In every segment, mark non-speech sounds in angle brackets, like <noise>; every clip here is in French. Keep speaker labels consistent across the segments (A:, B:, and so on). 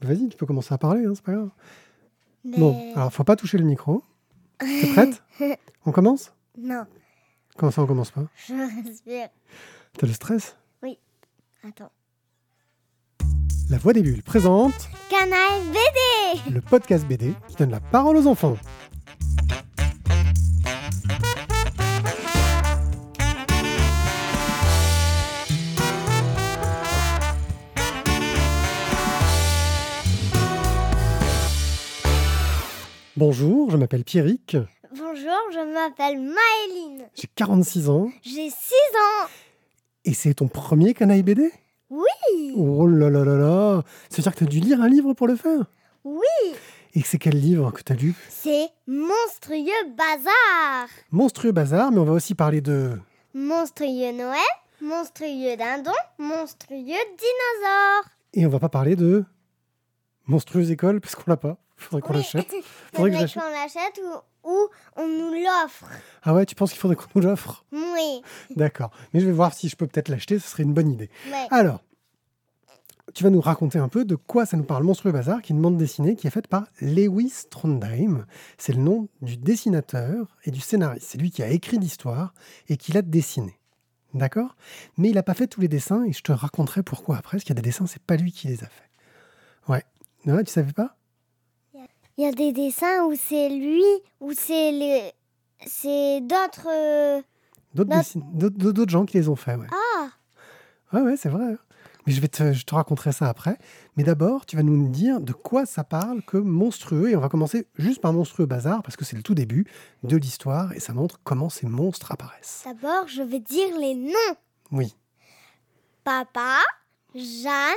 A: Bah, Vas-y, tu peux commencer à parler, hein, c'est pas grave.
B: Mais- <laughs>
A: Bon, alors faut pas toucher le micro. T'es prête On commence
B: Non,
A: Comment ça, on commence pas
B: je respire.
A: T'as le stress
B: Attends.
A: La Voix des Bulles présente
B: Canal BD
A: le podcast BD qui donne la parole aux enfants. Bonjour, je m'appelle Pierrick,
B: Bonjour, je m'appelle Maëline.
A: j'ai 46 ans
B: J'ai 6 ans.
A: et c'est ton premier canaille BD
B: Oui
A: Oh là là là là C'est-à-dire que t'as dû lire un livre pour le faire
B: Oui
A: Et c'est quel livre que t'as lu
B: C'est Monstrueux Bazar
A: Monstrueux bazar, mais on va aussi parler de...
B: Monstrueux Noël, Monstrueux Dindon, Monstrueux Dinosaure
A: Et on va pas parler de... Monstrueuse école, parce qu'on l'a pas. Faudrait qu'on
B: Oui.
A: l'achète.
B: <laughs>
A: Faudrait que
B: Faudrait
A: j'achète.
B: qu'on l'achète ou, ou on nous l'offre.
A: Ah ouais, tu penses qu'il faudrait qu'on nous l'offre
B: Oui,
A: D'accord. Mais je vais voir si je peux peut-être l'acheter, ce serait une bonne idée.
B: ouais.
A: Alors, tu vas nous raconter un peu de quoi ça nous parle Monstrueux Bazar, qui est une bande dessinée qui est faite par Lewis Trondheim. C'est le nom du dessinateur et du scénariste. C'est lui qui a écrit l'histoire et qui l'a dessinée. D'accord Mais il n'a pas fait tous les dessins et je te raconterai pourquoi après, parce qu'il y a des dessins, c'est pas lui qui les a fait. Ouais. Ouais, tu savais pas
B: Il y a des dessins où c'est lui, où c'est les... C'est d'autres... euh,
A: D'autres
B: Non.
A: dessin- d'autres- d'autres gens qui les ont faits, ouais.
B: Ah
A: Ouais, ouais, c'est vrai. hein. Mais je vais te, je te raconterai ça après. Mais d'abord, tu vas nous dire de quoi ça parle que monstrueux. Et on va commencer juste par monstrueux bazar, parce que c'est le tout début de l'histoire et ça montre comment ces monstres apparaissent.
B: D'abord, je vais dire les noms.
A: Oui.
B: Papa, Jeanne,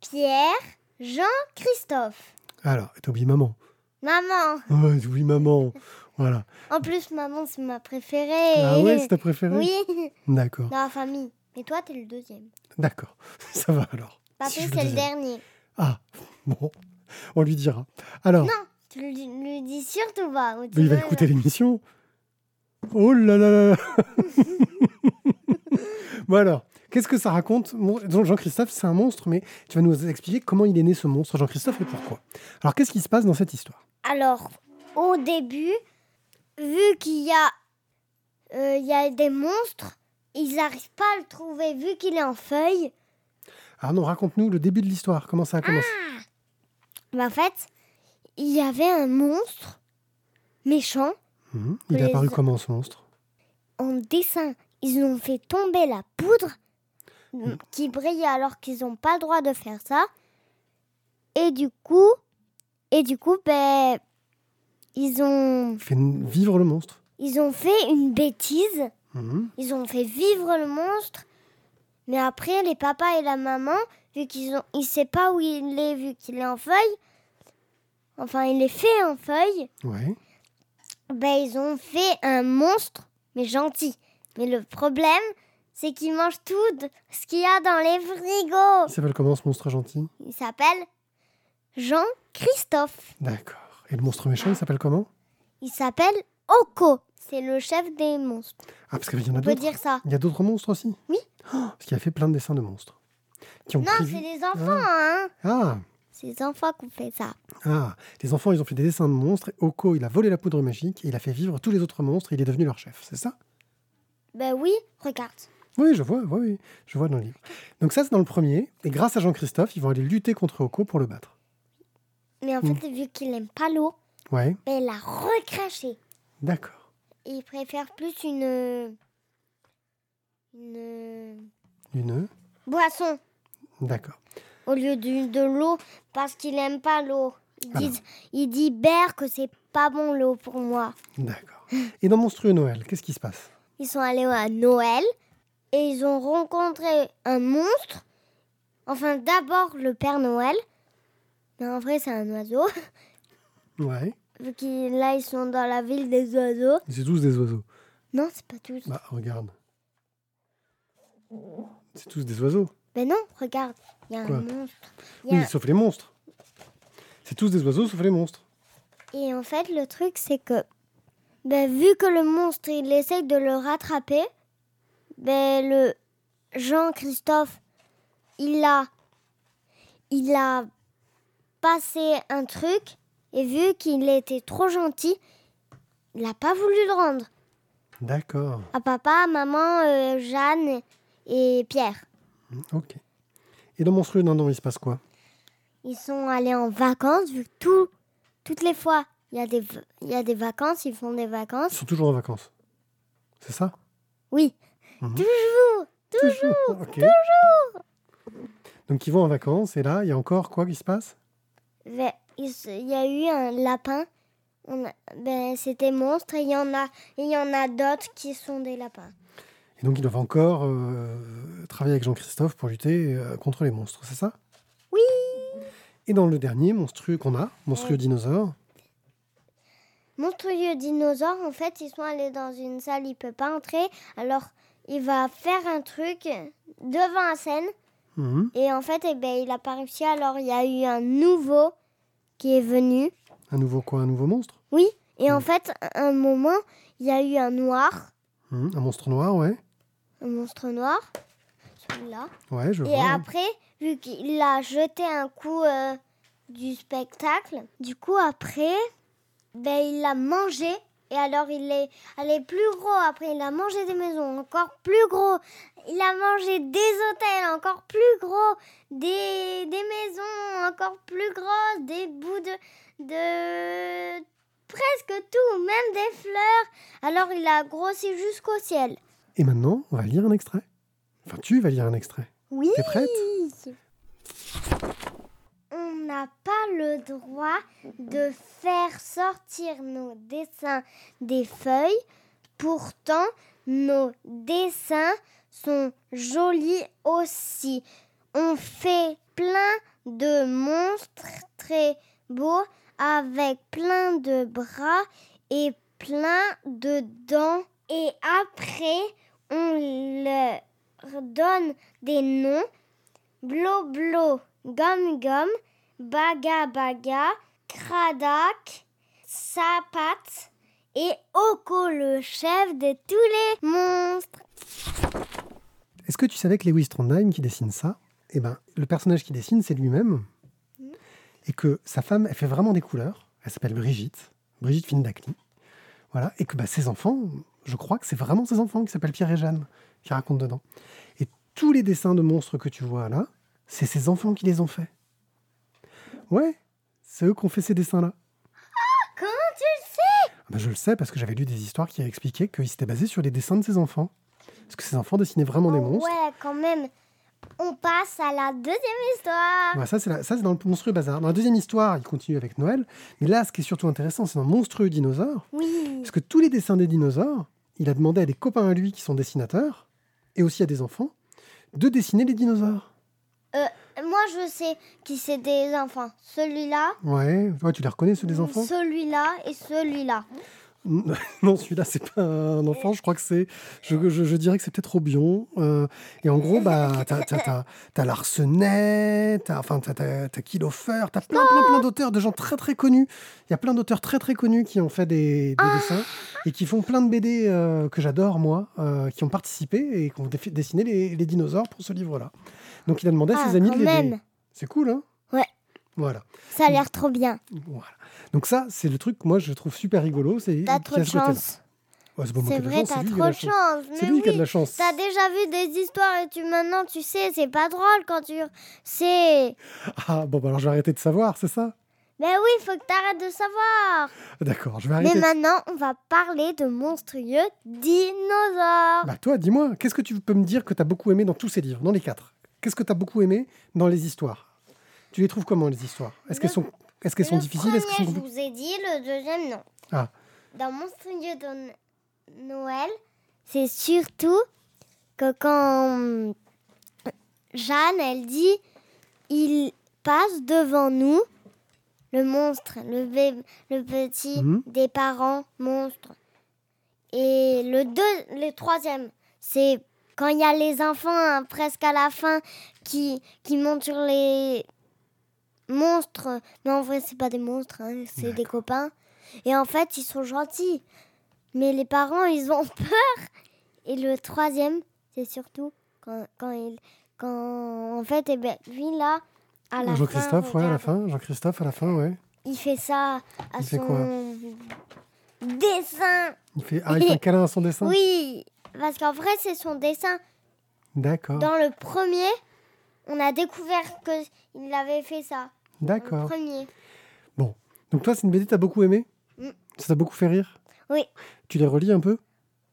B: Pierre, Jean-Christophe.
A: Alors, t'oublies maman.
B: Maman.
A: Ouais, t'oublies maman. Voilà.
B: En plus, maman, c'est ma préférée.
A: Ah ouais, c'est ta préférée
B: Oui, <laughs>
A: D'accord.
B: dans la famille. Mais toi, t'es le deuxième.
A: D'accord. <laughs> Ça va alors.
B: Papa,
A: Si je
B: c'est le
A: deuxième.
B: dernier.
A: Ah, bon. On lui dira. Alors,
B: Non, tu le, dis- lui dis surtout pas. ou tu
A: il va
B: vas-
A: écouter l'émission. Oh là là
B: <laughs>
A: là là Bon alors, qu'est-ce que ça raconte Mon- donc Jean-Christophe, c'est un monstre, mais tu vas nous expliquer comment il est né ce monstre, Jean-Christophe, et pourquoi. Alors, qu'est-ce qui se passe dans cette histoire
B: Alors, au début, vu qu'il y a, euh, il y a des monstres, ils n'arrivent pas à le trouver vu qu'il est en feuille.
A: Ah non, raconte-nous le début de l'histoire, comment ça a commencé.
B: Ah, Bah, en fait, il y avait un monstre méchant
A: Mhm. Il est
B: les-
A: apparu comment ce monstre
B: en dessin. Ils ont fait tomber la poudre
A: Mm.
B: qui brillait alors qu'ils n'ont pas le droit de faire ça. Et du coup, et du coup, ben, ils ont,
A: Fait n- vivre le monstre.
B: ils ont fait une bêtise.
A: Mhm.
B: Ils ont fait vivre le monstre. Mais après, les papas et la maman, vu qu'ils ont, ils savent pas où il est vu qu'il est en feuille. Enfin, il est fait en feuille.
A: Ouais.
B: Ben, ils ont fait un monstre, mais gentil. Mais le problème, c'est qu'il mange tout de- ce qu'il y a dans les
A: Il
B: frigos.
A: s'appelle comment ce monstre gentil
B: Il s'appelle Jean-Christophe.
A: D'accord. Et le monstre méchant, il s'appelle comment
B: Il s'appelle Oko. C'est le chef des monstres.
A: Ah, parce qu'il y en a
B: On peut
A: d'autres.
B: dire ça.
A: Il y a d'autres monstres aussi
B: Oui.
A: Oh, parce qu'il a fait plein de dessins de monstres. Qui ont
B: Non,
A: pris
B: c'est
A: vie-
B: les enfants, hein.
A: Ah,
B: C'est les enfants qui ont fait ça.
A: Ah, les enfants, ils ont fait des dessins de monstres. Et Oko, il a volé la poudre magique et il a fait vivre tous les autres monstres. Et il est devenu leur chef, c'est ça
B: Ben oui, regarde.
A: Oui, je vois, oui, oui, je vois dans le livre. Donc ça, c'est dans le premier. Et grâce à Jean-Christophe, ils vont aller lutter contre Oko pour le battre.
B: Mais en
A: Mm.
B: fait, vu qu'il aime pas l'eau,
A: Ouais,
B: ben il l'a recraché.
A: d'accord.
B: Il préfère plus une. une.
A: Une,
B: boisson.
A: d'accord.
B: au lieu du- de, l'eau parce qu'il aime pas l'eau. Il
A: Ah
B: dit, il dit Bert que c'est pas bon l'eau pour moi.
A: D'accord. Et dans Monstrueux Noël, qu'est-ce qui se passe
B: Ils sont allés à Noël et ils ont rencontré un monstre. Enfin, d'abord le Père Noël. Mais en vrai, c'est un oiseau. <laughs>
A: Ouais,
B: Vu qu'ils là, ils sont dans la ville des oiseaux.
A: c'est tous des oiseaux.
B: Non, c'est pas tous.
A: Bah, regarde. C'est tous des oiseaux.
B: Mais non, regarde, il y a
A: Quoi
B: un monstre. Il y
A: Oui,
B: a-
A: sauf les monstres. C'est tous des oiseaux, sauf les monstres.
B: Et en fait, le truc, c'est que ben, vu que le monstre, il essaye de le rattraper, ben, le Jean-Christophe, il a, il a passé un truc et vu qu'il était trop gentil, il n'a pas voulu le rendre
A: D'accord.
B: à papa, maman, euh, Jeanne et Pierre.
A: Ok. Et dans Monstrueux Dindon, il se passe quoi
B: Ils sont allés en vacances, vu que tout, toutes les fois, il y, a des v- il y a des vacances, ils font des
A: Ils
B: vacances.
A: sont toujours en vacances. C'est ça
B: Oui,
A: Mhm.
B: toujours
A: Toujours Toujours Donc ils vont en vacances et là, il y a encore quoi qui se passe
B: Ve- Ben, Il se- il y a eu un lapin. On a- ben, C'était monstre et il y en a, et il y en a d'autres qui sont des lapins.
A: Et donc ils doivent encore euh, travailler avec Jean-Christophe pour lutter euh, contre les monstres, c'est ça
B: Oui.
A: Et dans le dernier monstrueux qu'on a, monstrueux
B: Ouais.
A: dinosaure,
B: Monstrueux dinosaure, en fait, ils sont allés dans une salle, il peut pas entrer. Alors, il va faire un truc devant la scène.
A: mhm,
B: Et en fait, eh ben, il a pas réussi. Alors, il y a eu un nouveau qui est venu.
A: un nouveau quoi Un nouveau monstre
B: Oui. Et en
A: Mm.
B: fait, à un moment, il y a eu un noir,
A: Mhm, Un monstre noir, ouais.
B: un monstre noir. Celui-là.
A: Ouais, je
B: Et
A: vois. ouais.
B: après, vu qu'il a jeté un coup euh, du spectacle, du coup, après, ben, il l'a mangé. Et alors, il est allé plus gros. Après, il a mangé des maisons, encore plus gros. Il a mangé des hôtels, encore plus gros. Des, des maisons, encore plus grosses. Des bouts de, de. presque tout, même des fleurs. Alors, il a grossi jusqu'au ciel.
A: Et maintenant, on va lire un extrait. Enfin, tu vas lire un extrait.
B: Oui.
A: T'es prête
B: On n'a pas le droit de faire sortir nos dessins des feuilles. Pourtant, nos dessins sont jolis aussi. On fait plein de monstres très beaux avec plein de bras et plein de dents. Et après, on leur donne des noms. Blo blo, gomme gomme, baga baga, cradak, sapat et Oko le chef de tous les monstres.
A: Est-ce que tu savais que Lewis Trondheim, qui dessine ça, eh ben, le personnage qui dessine, c'est lui-même. Mm. Et que sa femme, elle fait vraiment des couleurs. Elle s'appelle Brigitte, Brigitte Findakli. Voilà. Et que bah, ses enfants, je crois que c'est vraiment ses enfants qui s'appellent Pierre et Jeanne, qui racontent dedans. Et tous les dessins de monstres que tu vois là, c'est ses enfants qui les ont faits. Ouais, c'est eux qui ont fait ces dessins-là.
B: comment
A: Ah, tu le sais Je le sais parce que j'avais lu des histoires qui expliquaient qu'ils s'étaient basés sur les dessins de ses enfants. Parce que ses enfants dessinaient vraiment des
B: Oh,
A: monstres.
B: ouais, quand même. On passe à la deuxième histoire.
A: Voilà, Ah. Bah, ça, c'est la- ça, c'est dans le monstrueux bazar. Dans la deuxième histoire, il continue avec Noël. Mais là, ce qui est surtout intéressant, c'est dans Monstrueux Dinosaure.
B: Oui.
A: Parce que tous les dessins des dinosaures, il a demandé à des copains à lui qui sont dessinateurs, et aussi à des enfants, de dessiner les dinosaures.
B: Moi, je sais qui c'est des enfants. Celui-là,
A: Ouais, ouais tu les reconnais, ceux des
B: Oh,
A: enfants
B: celui-là et celui-là.
A: <laughs> Non, celui-là, c'est pas un enfant. Je crois que c'est. Je, je- je dirais que c'est peut-être Robion. Euh, et en gros, bah, t'as, t'as, t'as, t'as Larsenet, t'as, enfin, t'as, t'as, t'as Kilofer, t'as plein, plein, plein d'auteurs, de gens très, très connus. Il y a plein d'auteurs très, très connus qui ont fait des, des
B: Ah.
A: dessins et qui font plein de BD euh, que j'adore, moi, euh, qui ont participé et qui ont défi- dessiné les, les dinosaures pour ce livre-là. Donc, il a demandé à
B: Ah,
A: ses amis de
B: quand
A: l'aider.
B: même.
A: C'est cool, hein
B: Ouais.
A: Voilà.
B: Ça a l'air trop bien.
A: Voilà. Donc ça, c'est le truc que moi je trouve super rigolo. C'est
B: T'as
A: qu'il y
B: trop
A: a
B: de
A: ce côté-là.
B: chance.
A: Ouais, c'est pas moi
B: C'est
A: qui ai de la
B: vrai,
A: chance,
B: t'as
A: c'est lui qui a
B: trop
A: la
B: de
A: chance.
B: chance.
A: C'est
B: Mais
A: lui qui a de
B: oui,
A: la chance.
B: T'as déjà vu des histoires et tu maintenant tu sais, c'est pas drôle quand tu sais.
A: Ah bon, bah alors je vais arrêter de savoir, c'est ça
B: Mais oui, faut que t'arrêtes de
A: Ah
B: savoir.
A: D'accord, je vais
B: Mais
A: arrêter. de-
B: maintenant, on va parler de monstrueux dinosaures.
A: Bah toi, dis-moi, qu'est-ce que tu peux me dire que t'as beaucoup aimé dans tous ces livres, dans les quatre Qu'est-ce que t'as beaucoup aimé dans les histoires Tu les trouves comment les histoires Est-ce qu'elles
B: Le-
A: sont, est-ce qu'elles sont
B: le
A: difficiles Est-ce qu'elles
B: premier,
A: sont
B: je vous ai dit, le deuxième, non.
A: Ah.
B: Dans Monstrueux de N- Noël, c'est surtout que quand Jeanne, elle dit il passe devant nous, le monstre, le, bé- le petit
A: Mhm.
B: des parents monstre. Et le, deux, le troisième, c'est quand il y a les enfants hein, presque à la fin qui, qui montent sur les monstres. Mais en vrai, c'est pas des monstres, hein, c'est des copains. Et en fait, ils sont gentils. Mais les parents, ils ont <laughs> peur. Et le troisième, c'est surtout quand, quand il. Quand, en fait, eh ben, lui là, à la
A: Jean-Christophe,
B: fin,
A: ouais, à la
B: regarde,
A: fin. Jean-Christophe, à la fin, ouais.
B: Il fait ça à
A: Il fait
B: son
A: quoi
B: dessin.
A: Il
B: <laughs>
A: fait, ah, il fait un câlin à son dessin
B: Oui, parce qu'en vrai, c'est son dessin.
A: D'accord,
B: Dans le premier, on a découvert que il avait fait ça. Dans Le
A: d'accord.
B: premier.
A: Donc toi, c'est une BD que t'as beaucoup aimé
B: Mm.
A: Ça t'a beaucoup fait rire
B: Oui.
A: Tu les relis un peu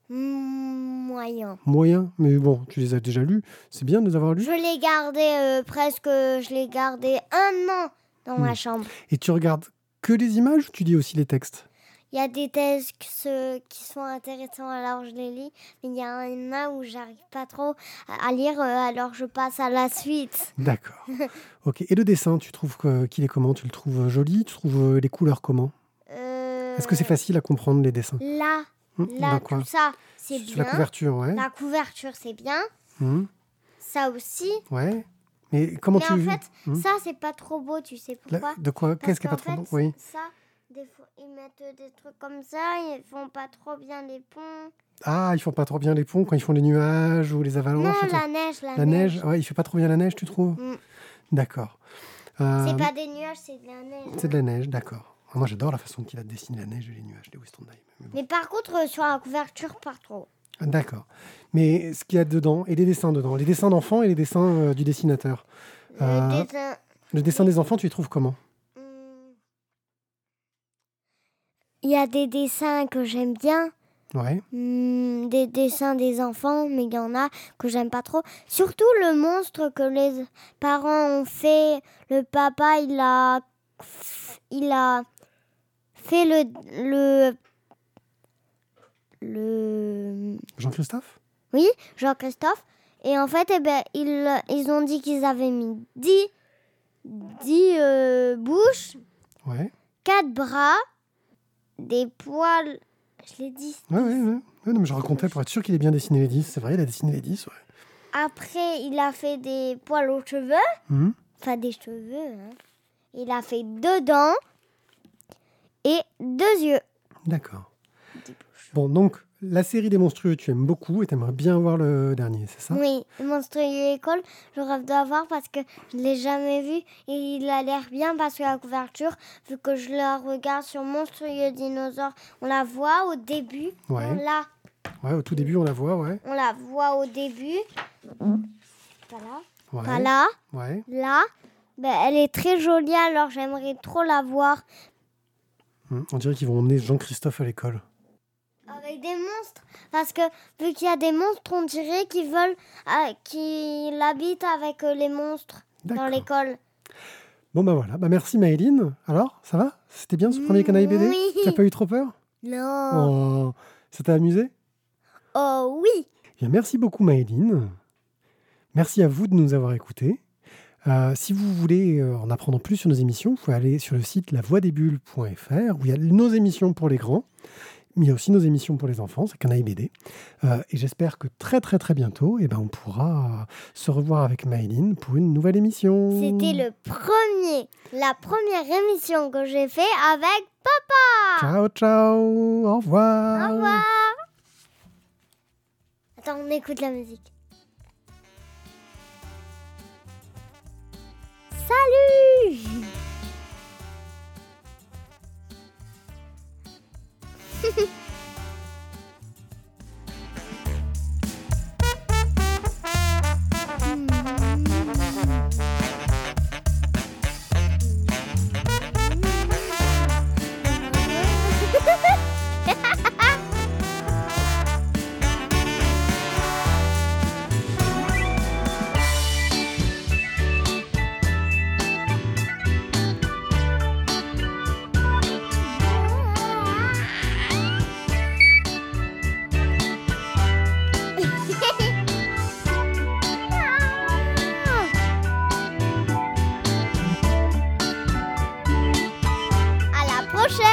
B: Hmm, Moyen.
A: Moyen, mais bon, tu les as déjà lus. C'est bien de les avoir lus.
B: Je l'ai gardé euh, presque, je l'ai gardé un an dans
A: Hmm.
B: ma chambre.
A: Et tu regardes que les images ou tu lis aussi les textes
B: Il y a des textes euh, qui sont intéressants, alors je les lis. Mais il y en a où j'arrive pas trop à à lire, euh, alors je passe à la suite. <laughs>
A: D'accord. ok. Et le dessin, tu trouves que- qu'il est comment Tu le trouves joli Tu trouves euh, les couleurs comment
B: Euh,
A: Est-ce que c'est facile à comprendre les dessins
B: Là,
A: Hmm,
B: là,
A: dans quoi
B: tout ça, c'est
A: Sur la
B: bien.
A: couverture, ouais.
B: La couverture, c'est bien.
A: Hmm,
B: Ça aussi.
A: ouais. Mais comment
B: mais
A: tu
B: en fait,
A: Hmm.
B: ça, c'est pas trop beau, tu sais
A: La-
B: pourquoi
A: De quoi
B: Parce
A: Qu'est-ce qui est
B: qu'en
A: pas trop
B: fait,
A: bon Oui.
B: Ça, des fois, ils mettent des trucs comme ça, ils font pas trop bien les ponts.
A: Ah, ils font pas trop bien les ponts quand ils font les nuages ou les
B: non,
A: avalanches. et tout.
B: la neige, la,
A: La neige, ouais, il fait pas trop bien la neige, tu trouves
B: Mm.
A: D'accord. Euh,
B: C'est pas des nuages, c'est de la neige.
A: c'est de la neige, d'accord. Ah, Moi, j'adore la façon qu'il a dessiné la neige et les nuages, les Western Dime. Mais bon.
B: Mais par contre, euh, sur la couverture, pas trop.
A: Ah, D'accord. Mais ce qu'il y a dedans, et les dessins dedans, les dessins d'enfants et les dessins euh, du dessinateur.
B: Le
A: Euh,
B: dessin,
A: Le dessin des enfants, tu les trouves comment
B: hmm. Il y a des dessins que j'aime bien,
A: Ouais.
B: hmm, des dessins des enfants, mais il y en a que j'aime pas trop. Surtout le monstre que les parents ont fait. Le papa, il a, il a fait le, le, le
A: Jean-Christophe
B: Oui, Jean-Christophe. Et en fait, eh ben, ils, ils ont dit qu'ils avaient mis 10, 10 euh, bouches,
A: Ouais.
B: 4 bras, des poils. Je l'ai dit.
A: Ouais, ouais, ouais. Ouais, non, mais je racontais pour être sûr qu'il ait bien dessiné les 10. C'est vrai, il a dessiné les 10, ouais.
B: Après, il a fait des poils aux cheveux.
A: Mhm.
B: Enfin, des cheveux. hein. Il a fait deux dents et deux yeux.
A: D'accord.
B: Dix bouches.
A: Bon, donc, la série des monstrueux, tu aimes beaucoup et t'aimerais bien voir le dernier, c'est ça
B: Oui, Monstrueux École, je rêve d'avoir parce que je ne l'ai jamais vu et il a l'air bien parce que la couverture, vu que je la regarde sur Monstrueux Dinosaure, on la voit au début.
A: Ouais.
B: On, la,
A: Ouais, au tout début, on la voit, ouais.
B: on la voit au début. Pas là.
A: Ouais.
B: Pas là.
A: Ouais.
B: Là. Ben, elle est très jolie alors j'aimerais trop la voir.
A: Hmm, On dirait qu'ils vont emmener Jean-Christophe à l'école.
B: Avec des monstres. Parce que vu qu'il y a des monstres, on dirait qu'ils veulent euh, qu'il habite avec euh, les monstres dans
A: D'accord.
B: l'école.
A: Bon, bah voilà. Bah, merci Maëline. Alors, ça va C'était bien ce premier canaille BD
B: Mmh, Oui.
A: T'as pas eu trop peur
B: Non.
A: Oh, ça t'a amusé Eh
B: Oh, oui.
A: Bien, merci beaucoup Maëline. Merci à vous de nous avoir écoutés. Euh, si vous voulez euh, en apprendre plus sur nos émissions, vous pouvez aller sur le site lavoidesbulles.fr où il y a nos émissions pour les grands, mais il y a aussi nos émissions pour les enfants, c'est Canaille BD. Euh, et j'espère que très très très bientôt, eh ben, on pourra euh, se revoir avec Maëline pour une nouvelle émission.
B: C'était le premier, la première émission que j'ai fait avec papa.
A: Ciao ciao, au revoir.
B: Au revoir. Attends, on écoute la musique. Salut. <laughs> À la prochaine.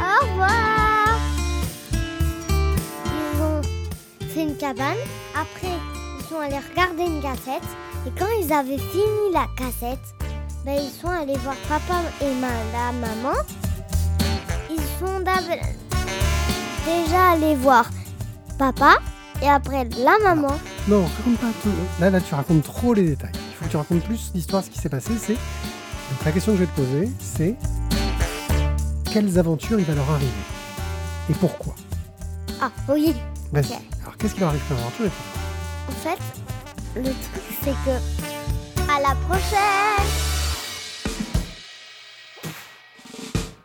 B: Au revoir. Ils ont fait une cabane. Après, ils sont allés regarder une cassette. Et quand ils avaient fini la cassette, ben, ils sont allés voir papa et ma, la maman. Ils sont d'ab- déjà allés voir papa et après la maman.
A: Non, raconte pas tout. Là, là, tu racontes trop les détails. Il faut que tu racontes plus l'histoire, ce qui s'est passé. C'est donc la question que je vais te poser, c'est quelles aventures il va leur arriver et pourquoi.
B: Ah oui,
A: Vas-y.
B: Ok.
A: Alors, qu'est-ce qui leur arrive comme aventure et pourquoi
B: en fait, le truc c'est que à la prochaine.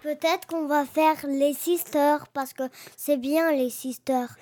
B: Peut-être qu'on va faire les sisters parce que c'est bien les sisters.